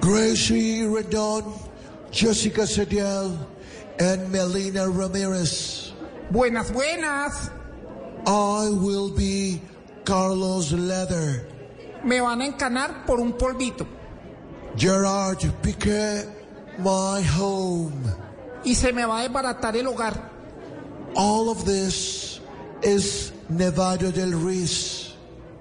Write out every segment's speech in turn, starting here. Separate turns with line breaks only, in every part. Gracie Redon, Jessica Sediel, and Melina Ramirez.
Buenas, buenas.
I will be Carlos Leather,
Me van a encanar por un polvito.
Gerard Piquet, my home.
Y se me va a desbaratar el hogar.
All of this is Nevado del Ruiz.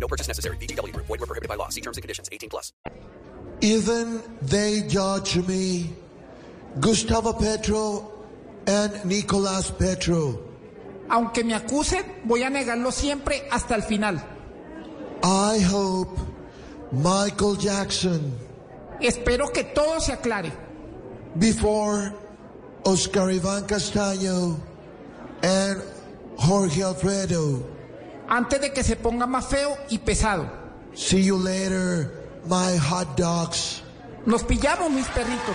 No purchase necessary. VGW Group. Void were prohibited by law. See terms and conditions. 18 plus.
Even they judge me, Gustavo Petro and Nicolas Petro.
Aunque me acusen, voy a negarlo siempre hasta el final.
I hope Michael Jackson
Espero que todo se aclare.
before Oscar Ivan Castaño and Jorge Alfredo.
Antes de que se ponga más feo y pesado.
See you later, my hot dogs.
Nos pillamos, mis perritos.